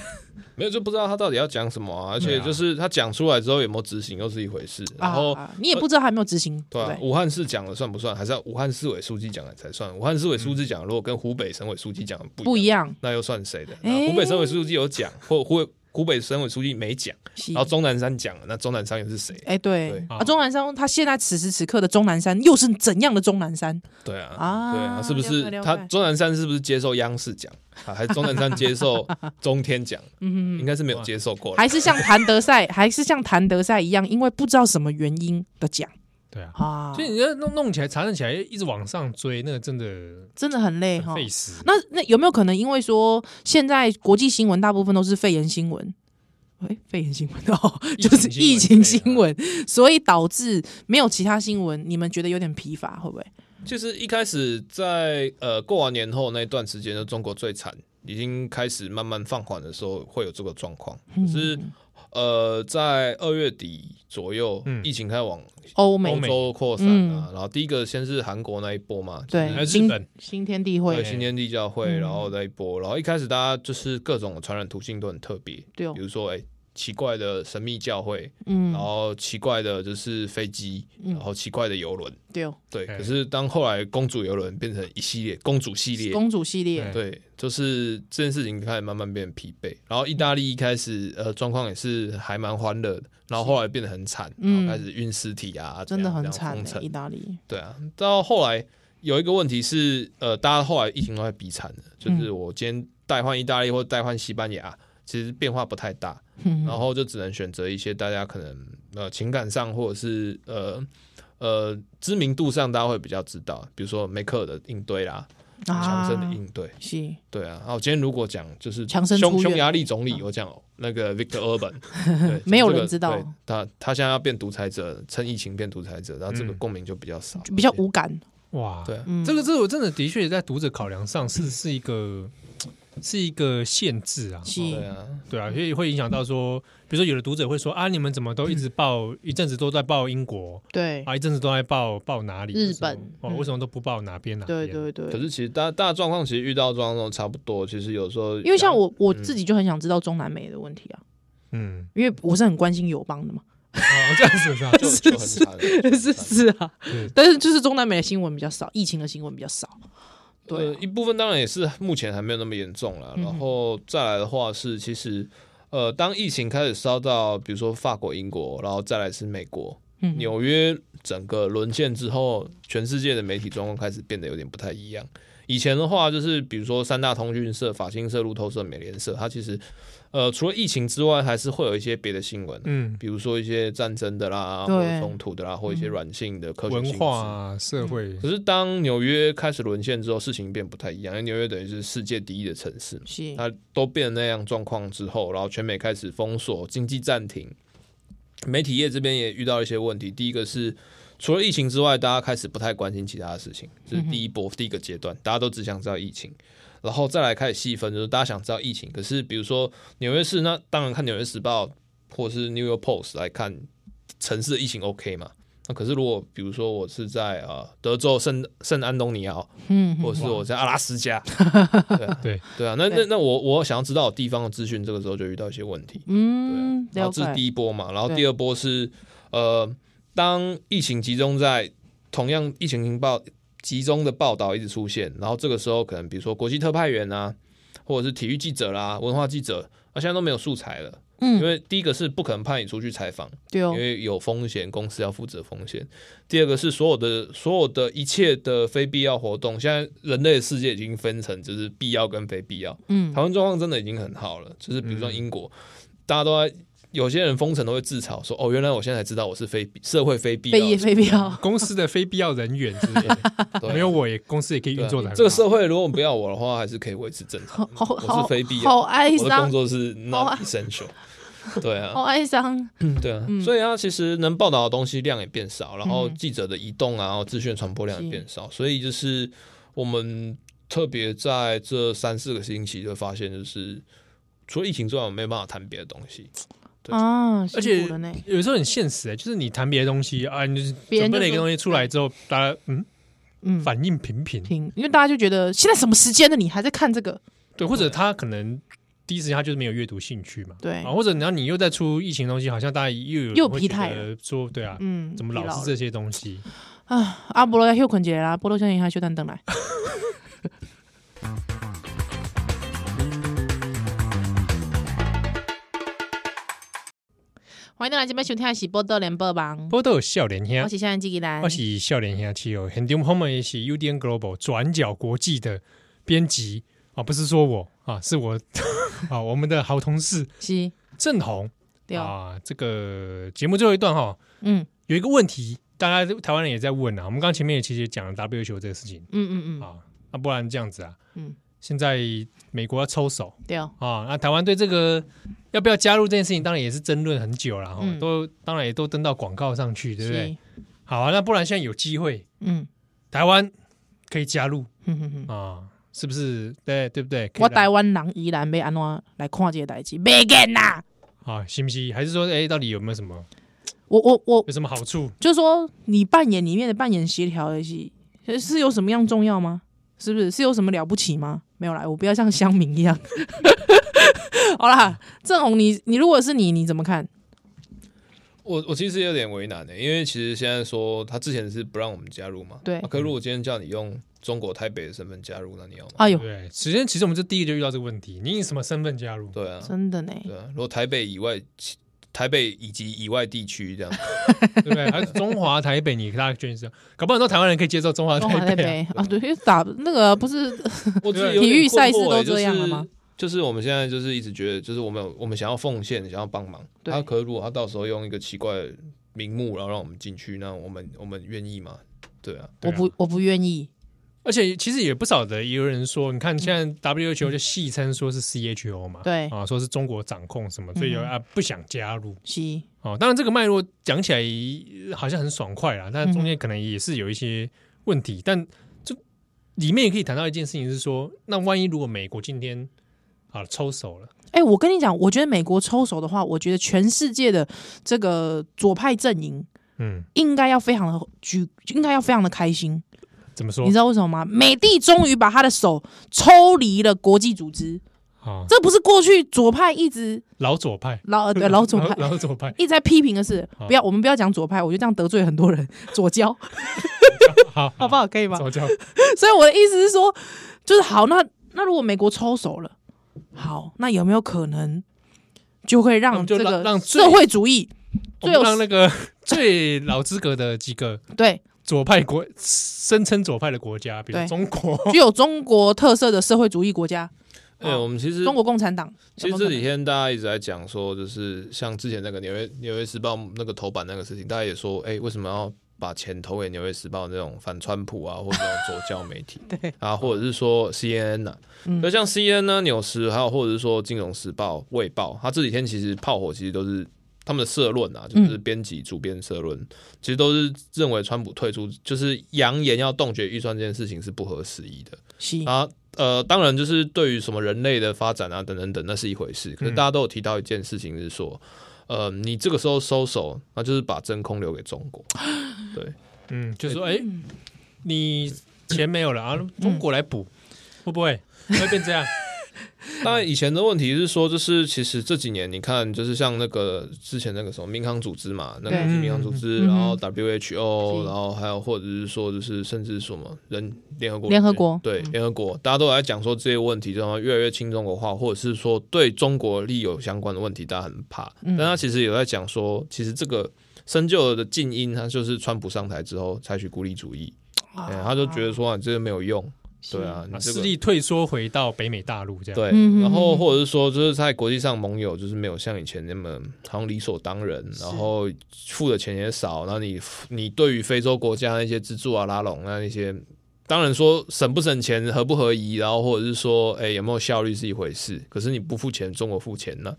没有就不知道他到底要讲什么啊，而且就是他讲出来之后有没有执行又是一回事，然后啊，你也不知道他有没有执行，对不啊，对？武汉市讲了算不算？还是要武汉市委书记讲了才算？武汉市委书记讲，如果跟湖北省委书记讲的不不一样，样，那又算谁的？哎那湖北省委书记有讲，或湖湖北省委书记没讲，是然后钟南山讲了，那钟南山又是谁？哎，对对啊，钟南山他现在此时此刻的钟南山又是怎样的钟南山？对啊，啊对啊，是不了是解了解他钟南山是不是接受央视奖，啊还是钟南山接受中天奖？ 嗯，应该是没有接受过了。还是像谭德赛，还是像谭德赛一样，因为不知道什么原因的奖对啊。啊，所以你要弄弄起来，查证起来，一直往上追，那个真的真的很累很哈。费时。那那有没有可能，因为说现在国际新闻大部分都是肺炎新闻，哎、肺炎新闻哦，疫情就是新闻疫情新闻，所以导致没有其他新闻，你们觉得有点疲乏，会不会？就是一开始在呃过完年后那一段时间，就中国最惨，已经开始慢慢放缓的时候，会有这个状况。嗯可是呃，在二月底左右，嗯疫情开始往欧欧美洲扩散啊嗯。然后第一个先是韩国那一波嘛，对就是还有日新本，新天地对会新天地教会，嗯然后那一波，然后一开始大家就是各种传染途径都很特别，对哦比，如说哎。奇怪的神秘教会，嗯然，后奇怪的就是飞机，然后奇怪的游轮，对哦，对。哎可是当后来公主游轮变成一系列公主系列，公主系列对对，就是这件事情开始慢慢变疲惫，然后意大利一开始呃状况也是还蛮欢乐的，然后后来变得很惨，嗯然后开始运尸体啊，真的怎样很怎样惨、封欸，意城，大利，对啊，到后来有一个问题是呃，大家后来疫情都在比惨的，就是嗯我今天代换意大利或代换西班牙，其实变化不太大，嗯然后就只能选择一些大家可能呃情感上或者是呃。呃，知名度上大家会比较知道，比如说梅克尔的应对啦，啊强生的应对，是对啊，啊，我今天如果讲就是强生匈出院嗯匈牙利总理，我讲那个 Victor Orban，对没有这个人知道对他他现在要变独裁者，趁疫情变独裁者，然后这个嗯共鸣就比较少，就比较无感，哇，对啊，嗯，这个这个我真的的确在读者考量上是是一个是一个限制啊，是对啊，对啊，所以会影响到说，比如说有的读者会说啊，你们怎么都一直报、一阵子都在报英国对啊，一阵子都在报报哪里日为什么本哦，嗯为什么都不报哪边哪边？对对对哎可，是其实大大家状况其实遇到的状况都差不多，其实有时候因为像我我我自己就很想知道中南美的问题啊，嗯，因为我是很关心友邦的嘛。 哦，这样子是吧？就就很惨，是是啊对，但是就是中南美的新闻比较少，疫情的新闻比较少。对呃，啊，一部分当然也是目前还没有那么严重了。嗯然后再来的话是，其实呃，当疫情开始烧到，比如说法国、英国，然后再来是美国，嗯纽约整个沦陷之后，全世界的媒体状况开始变得有点不太一样。以前的话，就是比如说三大通讯社、法新社、路透社、美联社，它其实呃除了疫情之外，还是会有一些别的新闻，啊嗯，比如说一些战争的啦，对或者冲突的啦，或一些软性的 科学文性质化、啊、嗯社会可是当纽约开始沦陷之后，事情变不太一样，因为纽约等于是世界第一的城市嘛，是它都变成那样状况之后，然后全美开始封锁、经济暂停，媒体业这边也遇到一些问题。第一个是除了疫情之外，大家开始不太关心其他的事情，这是第一波、第一个阶段，大家都只想知道疫情。然后再来开始细分，就是大家想知道疫情，可是比如说纽约市，那当然看《纽约时报》或是《New York Post》来看城市的疫情 OK 嘛？那可是如果比如说我是在呃德州圣圣安东尼奥，嗯，或者是我在阿拉斯加，对啊对对啊，那那对那我我想要知道地方的资讯，这个时候就遇到一些问题。嗯，啊然了后这是解，第一波嘛，然后对第二波是呃，当疫情集中在同样疫情情报集中的报道一直出现，然后这个时候可能比如说国际特派员啊，或者是体育记者啦、文化记者，啊现在都没有素材了，因嗯，为第一个是不可能派你出去采访，对哦因，为有风险，公司要负责风险。第二个是所有的所有的一切的非必要活动，现在人类的世界已经分成就是必要跟非必要。嗯台湾状况真的已经很好了，就是比如说嗯英国，大家都在有些人封城都会自嘲说：“哦，原来我现在才知道我是非必社会非必要非也的。非必要，公司的非必要人员之类的， 对”啊没有我也公司也可以对运作的啊。这个社会，如果不要我的话，还是可以维持正常好。好我是好非必要好，哀我的工伤，作是好 not 啊 essential。对啊，好哀伤，对啊，所以它其实能报道的东西量也变少，然后记者的移动啊，然后资讯传播量也变少，所以就是我们特别在这三四个星期就发现，就是除了疫情之外，我们没有办法谈别的东西。对啊，而辛且苦了呢，有时候很现实、欸，就是你谈别的东西啊，你就是别人就准备了一个说东西出来之后，大家嗯，嗯，反应频频，听，因为大家就觉得现在什么时间了，你还在看这个？对，或者他可能第一时间他就是没有阅读兴趣嘛，对啊，或者然后你又在出疫情的东西，好像大家又有人又会疲觉态得说对啊，嗯，怎么老是疲劳了这些东西？啊？阿波罗要休困一下啦，波罗先生还休蛋等来。 欢迎大家今晚收听的是《波多联播网不》，过都有笑脸兄我，是夏人纪吉兰我，是笑脸兄七哦，很丢后面也是 UDN Global 转角国际的编辑啊，不是说我啊，是我 啊，我们的好同事是，郑红对，哦啊，这个节目最后一段哈、嗯有一个问题，大家台湾人也在问啊，我们刚刚前面也其实也讲了 WHO 这个事情嗯嗯嗯，啊，那、不然这样子啊，嗯现在美国要抽手。对，啊，那台湾对这个要不要加入这件事情，当然也是争论很久了哈，嗯都当然也都登到广告上去，对不对是？，好啊，那不然现在有机会，嗯台湾可以加入哼哼哼。啊，是不是？对对不对？可以我来台湾人依然要安怎来看这个代志？袂瘾啦！啊，行不行？还是说，哎，到底有没有什么我我我有什么好处？就是说你扮演里面的扮演协调的戏是是有什么样重要吗？是不是是有什么了不起吗？没有啦，我不要像乡民一样。 好啦，郑红，你你如果是你，你怎么看？我我其实有点为难的、欸因为其实现在说他之前是不让我们加入嘛，对啊可如果今天叫你用中国台北的身份加入，那你要吗？哎对呦不，对，首先其实我们就第一个就遇到这个问题，你以什么身份加入？对啊，真的呢，对啊，如果台北以外，其台北以及以外地区这样，对不对？还是中华台北，你大家捐一下，搞不好很多台湾人可以接受中华中华台台北北啊。啊，对，因为打那个不是我自己有点体育赛事困惑都欸这样了吗？？就是就是我们现在就是一直觉得，就是我们我们想要奉献，想要帮忙。对他可如果他到时候用一个奇怪的名目，然后让我们进去，那我们我们愿意吗？对啊，我对啊不我不愿意，而且其实也不少的，也有人说，你看现在 WHO 就戏称说是 CHO 嘛，嗯对啊，说是中国掌控什么，所以有嗯啊不想加入是，哦。当然这个脉络讲起来呃好像很爽快啦，但中嗯间可能也是有一些问题，但这里面也可以谈到一件事情是说，那万一如果美国今天啊抽手了，哎、我跟你讲，我觉得美国抽手的话，我觉得全世界的这个左派阵营嗯，应该要非常的举，应该要非常的开心。怎么说你知道为什么吗？美帝终于把他的手抽离了国际组织，啊？这不是过去左派一直老左派，老呃 对老左派老老左 ，派一直在批评的事好。不要，我们不要讲左派，我就这样得罪很多人。 左交，好， 好不好？可以吗？早教所以我的意思是说，就是好，那那如果美国抽手了，好，那有没有可能就会我让们就这让让个最社会主义我最们有让那个最老资格的几个 对左派国声称左派的国家，比如对中国，具有中国特色的社会主义国家，哎、我们其实中国共产党？其有没有实这可能几天大家一直在讲说，就是像之前那个纽约《纽约时报》那个头版那个事情，大家也说，哎、为什么要把钱投给《纽约时报》那种反川普啊，或者那种左教媒体 对啊，或者是说 CNN 呐、啊，嗯那、像 CNN 呢、啊纽时，还有或者是说《金融时报》《卫报》，它这几天其实炮火其实都是他们的社论啊，嗯就是编辑、主编社论，其实都是认为川普退出，就是扬言要冻结预算这件事情是不合时宜的。是啊，呃，当然就是对于什么人类的发展啊，等等等，那是一回事。嗯可是大家都有提到一件事情是说，呃，你这个时候收手，那就是把真空留给中国。对，嗯， 就说哎、你钱没有了啊，中国来补，会不会会变这样？当然以前的问题是说，就是其实这几年你看，就是像那个之前那个什么民航组织嘛，那个对是民航组织，嗯然后嗯 WHO，是然后还有或者是说就是甚至什么人联合国联合国嗯对联合国，大家都有在讲说这些问题，然后越来越轻中国化，或者是说对中国利有相关的问题，大家很怕。但他其实有在讲说，其实这个深究的近因，它就是川普上台之后采取孤立主义，哎他就觉得说啊，你这个没有用，对啊，，你啊这势个力退缩回到北美大陆这样？对嗯，嗯然后嗯或者是说，就是在国际上盟友就是没有像以前那么好像理所当然，然后付的钱也少，然后你你对于非洲国家那些资助啊、拉拢啊那些，当然说省不省钱、合不合宜，然后或者是说，哎，有没有效率是一回事，可是你不付钱，中国付钱呢？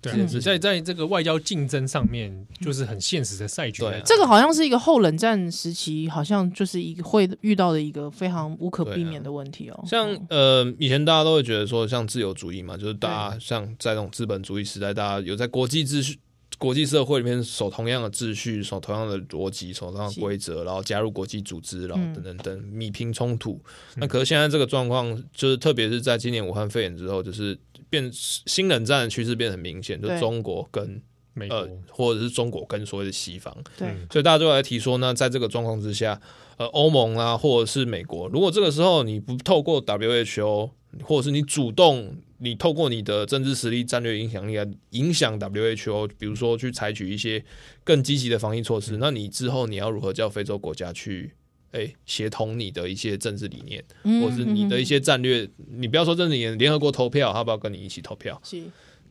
对嗯啊，在在这个外交竞争上面，就是很现实的赛局在啊对哪。这个好像是一个后冷战时期，好像就是一个会遇到的一个非常无可避免的问题哦。像呃，以前大家都会觉得说，像自由主义嘛，就是大家像在那种资本主义时代，大家有在国际秩序、国际社会里面守同样的秩序、守同样的逻辑、守同样的规则，然后加入国际组织，然后等等等，米平冲突。那可是现在这个状况，就是特别是在今年武汉肺炎之后，就是变新冷战的趋势变得很明显，就对中国跟美呃国，或者是中国跟所谓的西方，对嗯所以大家就来提说，那在这个状况之下，呃，欧盟啊，或者是美国，如果这个时候你不透过 WHO，或者是你主动，你透过你的政治实力、战略影响力来影响 WHO，比如说去采取一些更积极的防疫措嗯施，那你之后你要如何叫非洲国家去？哎，协同你的一些政治理念，嗯或是你的一些战略，你不要说政治理念，联合国投票，他要不要跟你一起投票？是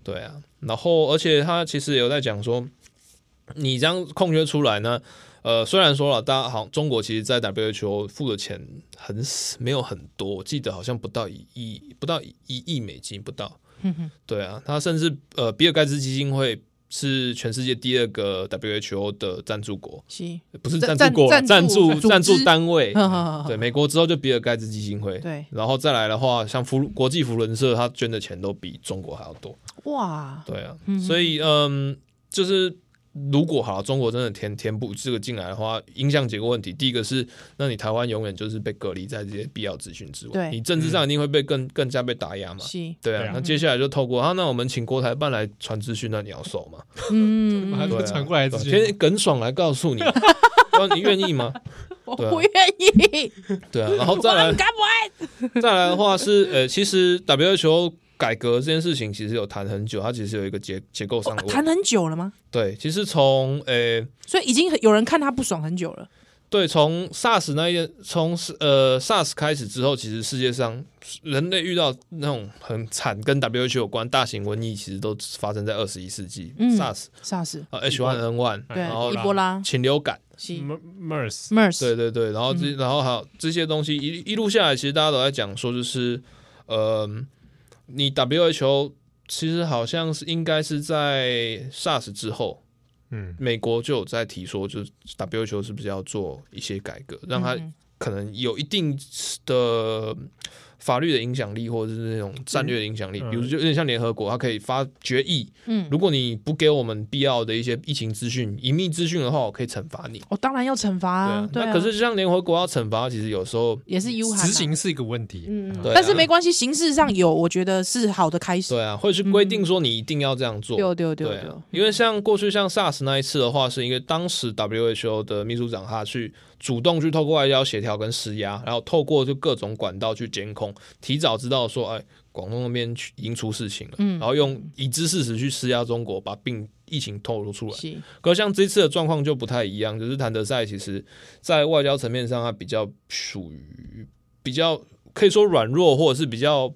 对啊，然后而且他其实也有在讲说，你这样空缺出来呢，呃，虽然说了，大家好，中国其实在 WHO 付的钱很没有很多，我记得好像不到一亿，不到一亿美金不到。嗯对啊，他甚至呃，比尔盖茨基金会是全世界第二个 WHO 的赞助国，是，不是赞赞助国啦，赞赞助助组织赞助单位。呵呵呵对，美国之后就比尔盖茨基金会，对然后再来的话，像福国际福伦社，他捐的钱都比中国还要多。哇，对啊，所以嗯，就是如果好，中国真的填填补这个进来的话，影响几个问题。第一个是，那你台湾永远就是被隔离在这些必要资讯之外，对你政治上一定会被更更加被打压嘛。是，嗯 对对啊啊，那接下来就透过啊，那我们请国台办来传资讯，那你要收嘛？嗯，还对会啊，传过来资对讯天天耿爽来告诉你，那你愿意吗？ 我对啊不愿意，对啊，然后我再来不，敢买，再来的话是，呃，其实 WHO 改革这件事情其实有谈很久，它其实有一个结结构上的哦问谈题。很久了吗？对，其实从呃所以已经很有人看他不爽很久了，对，从 SARS 那一从呃 SARS 开始之后，其实世界上人类遇到那种很惨跟 WHO 有关大型瘟疫，其实都发生在二十一世纪、嗯 SARS 萨斯，呃 H1N1，哎对然后，伊波拉，禽流感，是 MERS， MERS，对对对，然后这、然后还有这些东西一一路下来，其实大家都在讲说，就是呃，你 WHO 其实好像是应该是在 SARS 之后，嗯，美国就有在提说，就是 WHO 是不是要做一些改革，让它嗯可能有一定的法律的影响力，或者是那种战略的影响力。嗯比如就有点像联合国，它可以发决议，嗯，如果你不给我们必要的一些疫情资讯、隐秘资讯的话，我可以惩罚你。我哦当然要惩罚对啊啊，，对啊那可是像联合国要惩罚，其实有时候也是 U 执行是一个问题，嗯，对啊但是没关系，形式上有，我觉得是好的开始。对啊，会去规定说你一定要这样做。对对对对对，啊，因为像过去像 SARS 那一次的话，是因为当时 WHO 的秘书长他去主动去透过外交协调跟施压，然后透过就各种管道去监控，提早知道说，哎，广东那边去已经出事情了，嗯然后用已知事实去施压中国，把病疫情透露出来。是可像这次的状况就不太一样，就是谭德赛其实在外交层面上，他比较属于比较可以说软弱，或者是比较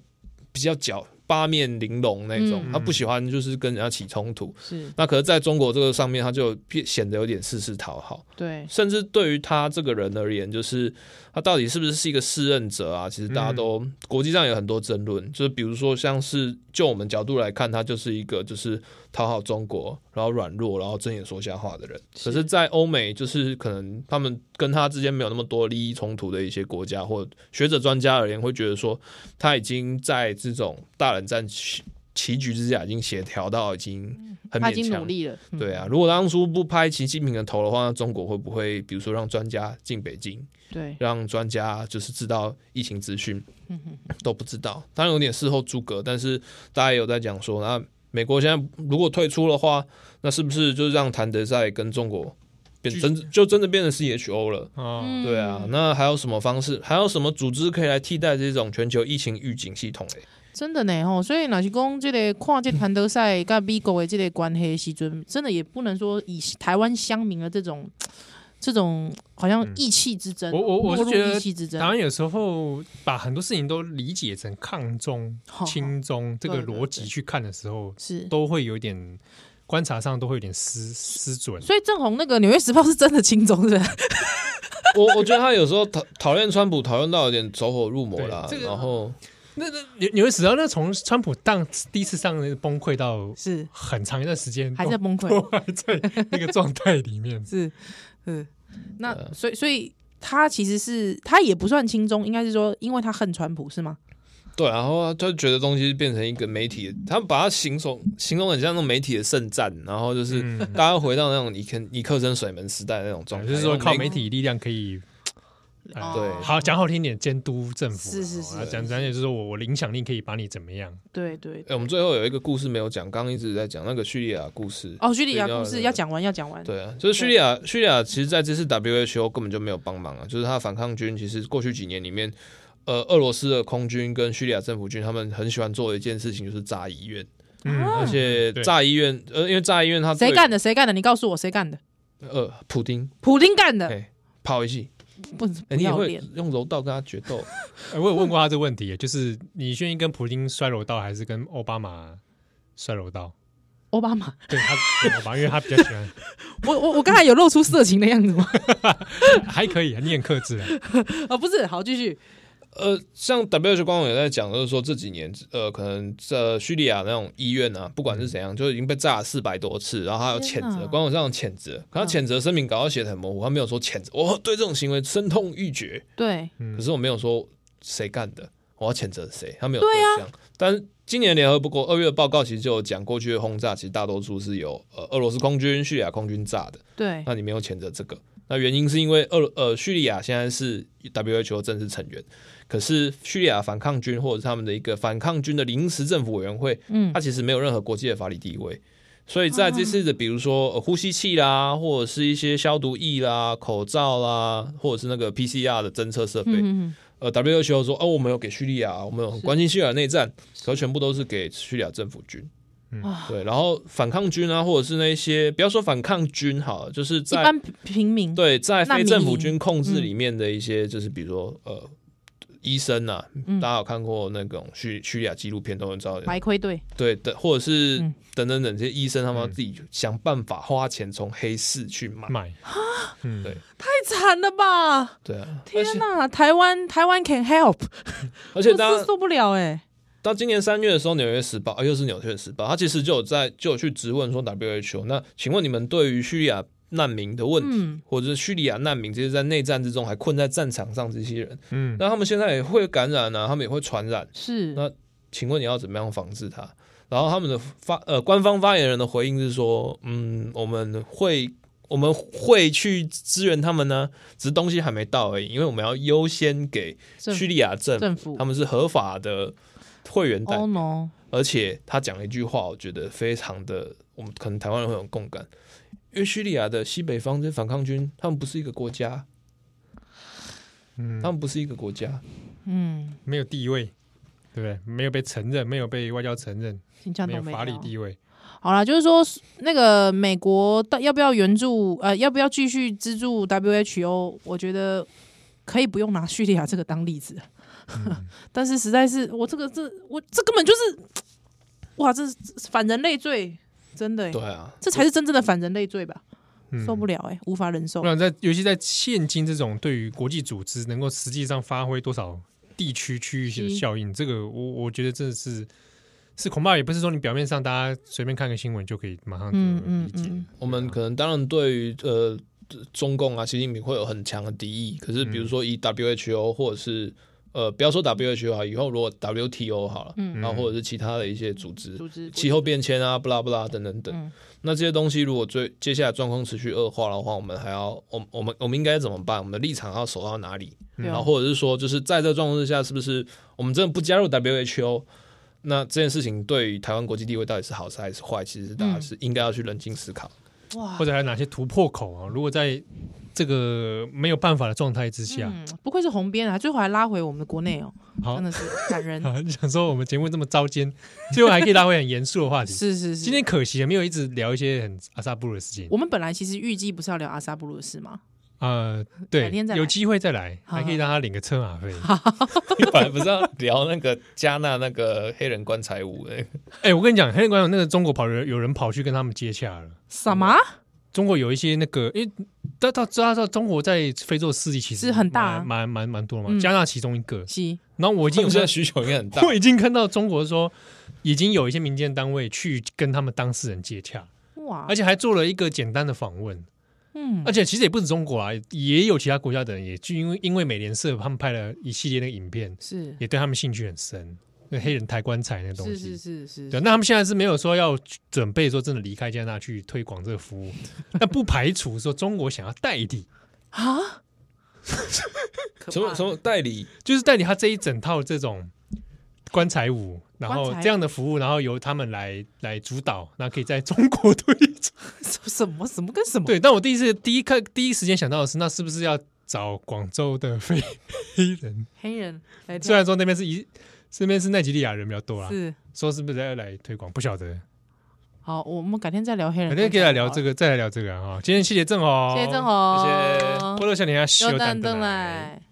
比较角八面玲珑那种，嗯他不喜欢就是跟人家起冲突。是，那可是在中国这个上面，他就变显得有点事事讨好，对，甚至对于他这个人而言，就是他到底是不是是一个适任者啊？其实大家都、嗯国际上有很多争论，就是比如说像是就我们角度来看，他就是一个就是讨好中国，然后软弱，然后睁眼说瞎话的人。是可是，在欧美，就是可能他们跟他之间没有那么多利益冲突的一些国家或学者专家而言，会觉得说他已经在这种大冷战棋棋局之下已经协调到已经很他已勉经努强力了，嗯对啊，如果当初不拍习近平的头的话，那中国会不会比如说让专家进北京，对，让专家就是知道疫情资讯嗯都不知道？当然有点事后诸葛，但是大家也有在讲说，那美国现在如果退出的话，那是不是就是让谭德赛跟中国变聚真就真的变成 CHO 了？哦，嗯对啊，，那还有什么方式？还有什么组织可以来替代这种全球疫情预警 系统嘞？欸真的呢吼，所以若是讲这个看这谭德赛跟美国的这个关系的时阵，真的也不能说以台湾乡民的这种这种好像意气之争，我我我是落入觉得意气之争台，湾有时候把很多事情都理解成抗中、好亲中这个对对逻辑对去看的时候，是。都会有点观察上都会有点失失准。所以郑红那个《纽约时报》是真的轻松是 吧？我我觉得他有时候讨讨厌川普，讨厌到有点走火入魔对啦。这个然后那那你你会知道，那从川普当第一次上任崩溃到是很长一段时间 还在崩溃。都，都还在那个状态里面是，嗯，那所以所以他其实是他也不算轻中，应该是说，因为他恨川普是吗？对，然后他就觉得东西变成一个媒体，他把它形容形容很像那种媒体的圣战，然后就是嗯大家回到那种尼克尼克森水门时代的那种状态，就是说靠媒媒体力量可以哦对好讲好听点，监督政府啊。是是是啊讲讲也就是说我我的影响力可以把你怎么样？对对哎、我们最后有一个故事没有讲，刚刚一直在讲那个叙利亚故事。哦，叙利亚对故要事要讲完，要讲完。对啊，就是叙利亚，叙利亚其实在这次 WHO 根本就没有帮忙啊，就是他的反抗军其实过去几年里面，呃，俄罗斯的空军跟叙利亚政府军他们很喜欢做的一件事情就是炸医院，嗯，啊而且对炸医院，呃，因为炸医院他谁干的？谁干的？你告诉我谁干的？呃，普丁普丁干的，哎炮一气，不哎、不你也要会脸。用柔道跟他决斗， 哎我有问过他这个问题，就是你愿意跟普京摔柔道，还是跟奥巴马摔柔道？奥巴马，对他，对奥巴马因为他比较喜欢，我我我刚才有露出色情的样子 吗？还可以，你很克制啊。啊，不是，好，继续。呃，像 WHO 官网也在讲，就是说这几年，呃，可能这叙利亚那种医院啊，不管是怎样，就已经被炸了四百多次，然后他有谴天哪嗯责，官网上有谴责，可他谴责声明稿要写的很模糊，他没有说谴责，我对这种行为深痛欲绝，对，嗯可是我没有说谁干的，我要谴责谁，他没有对啊这样。但是今年联合国二月的报告其实就有讲，过去的轰炸其实大多数是由呃俄罗斯空军、叙利亚空军炸的，对，那你没有谴责这个。那原因是因为俄呃叙利亚现在是 WHO 正式成员，可是叙利亚反抗军或者是他们的一个反抗军的临时政府委员会，嗯它，其实没有任何国际的法理地位，所以在这次哦的比如说、呃、呼吸器啦，或者是一些消毒液啦、口罩啦，或者是那个 PCR 的侦测设备，嗯，呃 WHO 说哦，我们有给叙利亚，我们有很关心叙利亚内战，可全部都是给叙利亚政府军。啊，对，然后反抗军啊，或者是那一些不要说反抗军好了，就是一在般平民，对，在难非民政府营嗯军控制里面的一些，就是比如说呃，医生呐、嗯大家有看过那种叙叙利亚纪录片都能知道的，白亏对，对的，或者是嗯等等等这些医生他们要嗯自己想办法花钱从黑市去买，买，嗯，对太惨了吧！对啊，而天且哪，台湾台湾 can help，而且我是当受不了哎。到今年三月的时候，《纽约时报》啊，又是《纽约时报》，他其实就有在就有去质问说 WHO，那请问你们对于叙利亚难民的问题，嗯或者是叙利亚难民这些在内战之中还困在战场上这些人，嗯，那他们现在也会感染啊，他们也会传染。是那请问你要怎么样防治它？然后他们的发呃官方发言人的回应是说，嗯，我们会我们会去支援他们呢，只是东西还没到而已，因为我们要优先给政叙利亚政府，哦政府他们是合法的会员代，Oh 表， no，而且他讲了一句话，我觉得非常的，我们可能台湾人会有共感，因为叙利亚的西北方这些反抗军，他们不是一个国家，嗯他们不是一个国家，嗯，没有地位，对不对？没有被承认，没有被外交承认，你讲没有懂没法理有？地位。好啦，就是说那个美国到要不要援助，呃，要不要继续资助 WHO？我觉得可以不用拿叙利亚这个当例子， 但是实在是我这个这我这根本就是，哇，这这反人类罪，真的、欸，对啊，这才是真正的反人类罪吧？嗯受不了哎、无法忍受我。想在，尤其在现今这种对于国际组织能够实际上发挥多少地区区域性的效应，这个我我觉得真的是是恐怕也不是说你表面上大家随便看个新闻就可以马上就嗯嗯理解。嗯我们可能当然对于呃中共啊习近平会有很强的敌意，可是比如说以 WHO 或者是呃不要说 WHO 啊，以后如果 WTO 好了，嗯然后或者是其他的一些组织。组织气候变迁啊，不拉不拉等等等，嗯那这些东西如果最接下来状况持续恶化的话，我们还要，我我们我们应该怎么办？我们的立场要守到哪里？对然啊后或者是说，就是在这状况之下，是不是我们真的不加入 WHO？那这件事情对于台湾国际地位到底是好事还是坏？其实大家嗯是应该要去冷静思考。哇或，者还有哪些突破口啊？如果在这个没有办法的状态之下，嗯，不愧是红边啊，最后还拉回我们的国内哦、好真的是感人。 啊，想说我们节目这么糟尖，最后还可以拉回很严肃的话 题。是是是，今天可惜没有一直聊一些很阿萨布鲁的事情。我们本来其实预计不是要聊阿萨布鲁的事吗？呃，改对天再，来有机会再来，好还可以让他领个车马费。 本来不是要聊那个加纳那个黑人棺材 屋、欸，哎，我跟你讲，黑人馆长那个中国跑人有人跑去跟他们接洽了。什么？中国有一些那个，因为大家知道，知道中国在非洲的势力其实是很大啊蛮蛮蛮蛮多的嘛。嗯加纳其中一个，是然后我已经有现 在。在，需求应该很大我已经看到中国说，已经有一些民间单位去跟他们当事人接洽，哇而，且还做了一个简单的访问。嗯而且其实也不止中国啊，也有其他国家的人也就因为因为美联社他们拍了一系列那个影片，是也对他们兴趣很深。那黑人抬棺材那个东西，是是是是，对，那他们现在是没有说要准备说真的离开加拿大去推广这个服务， 但不排除说中国想要代理，啊，什么什么代理就是代理他这一整套这种棺材舞，然后棺材舞这样的服务，然后由他们来来主导，那可以在中国推 出。 什么什么跟什么？对，但我第一次第一看第一时间想到的是，那是不是要找广州的非黑人？黑人来虽跳然说那边是一。这边是奈及利亚人比较多啦，是说是不是要来推广？不晓得，好，我们改天再聊黑人。反正可以来聊这个，嗯个，再来聊这个啊。今天谢谢郑宏，谢谢郑，红，谢谢波多小年啊，又秀蛋蛋登来。来。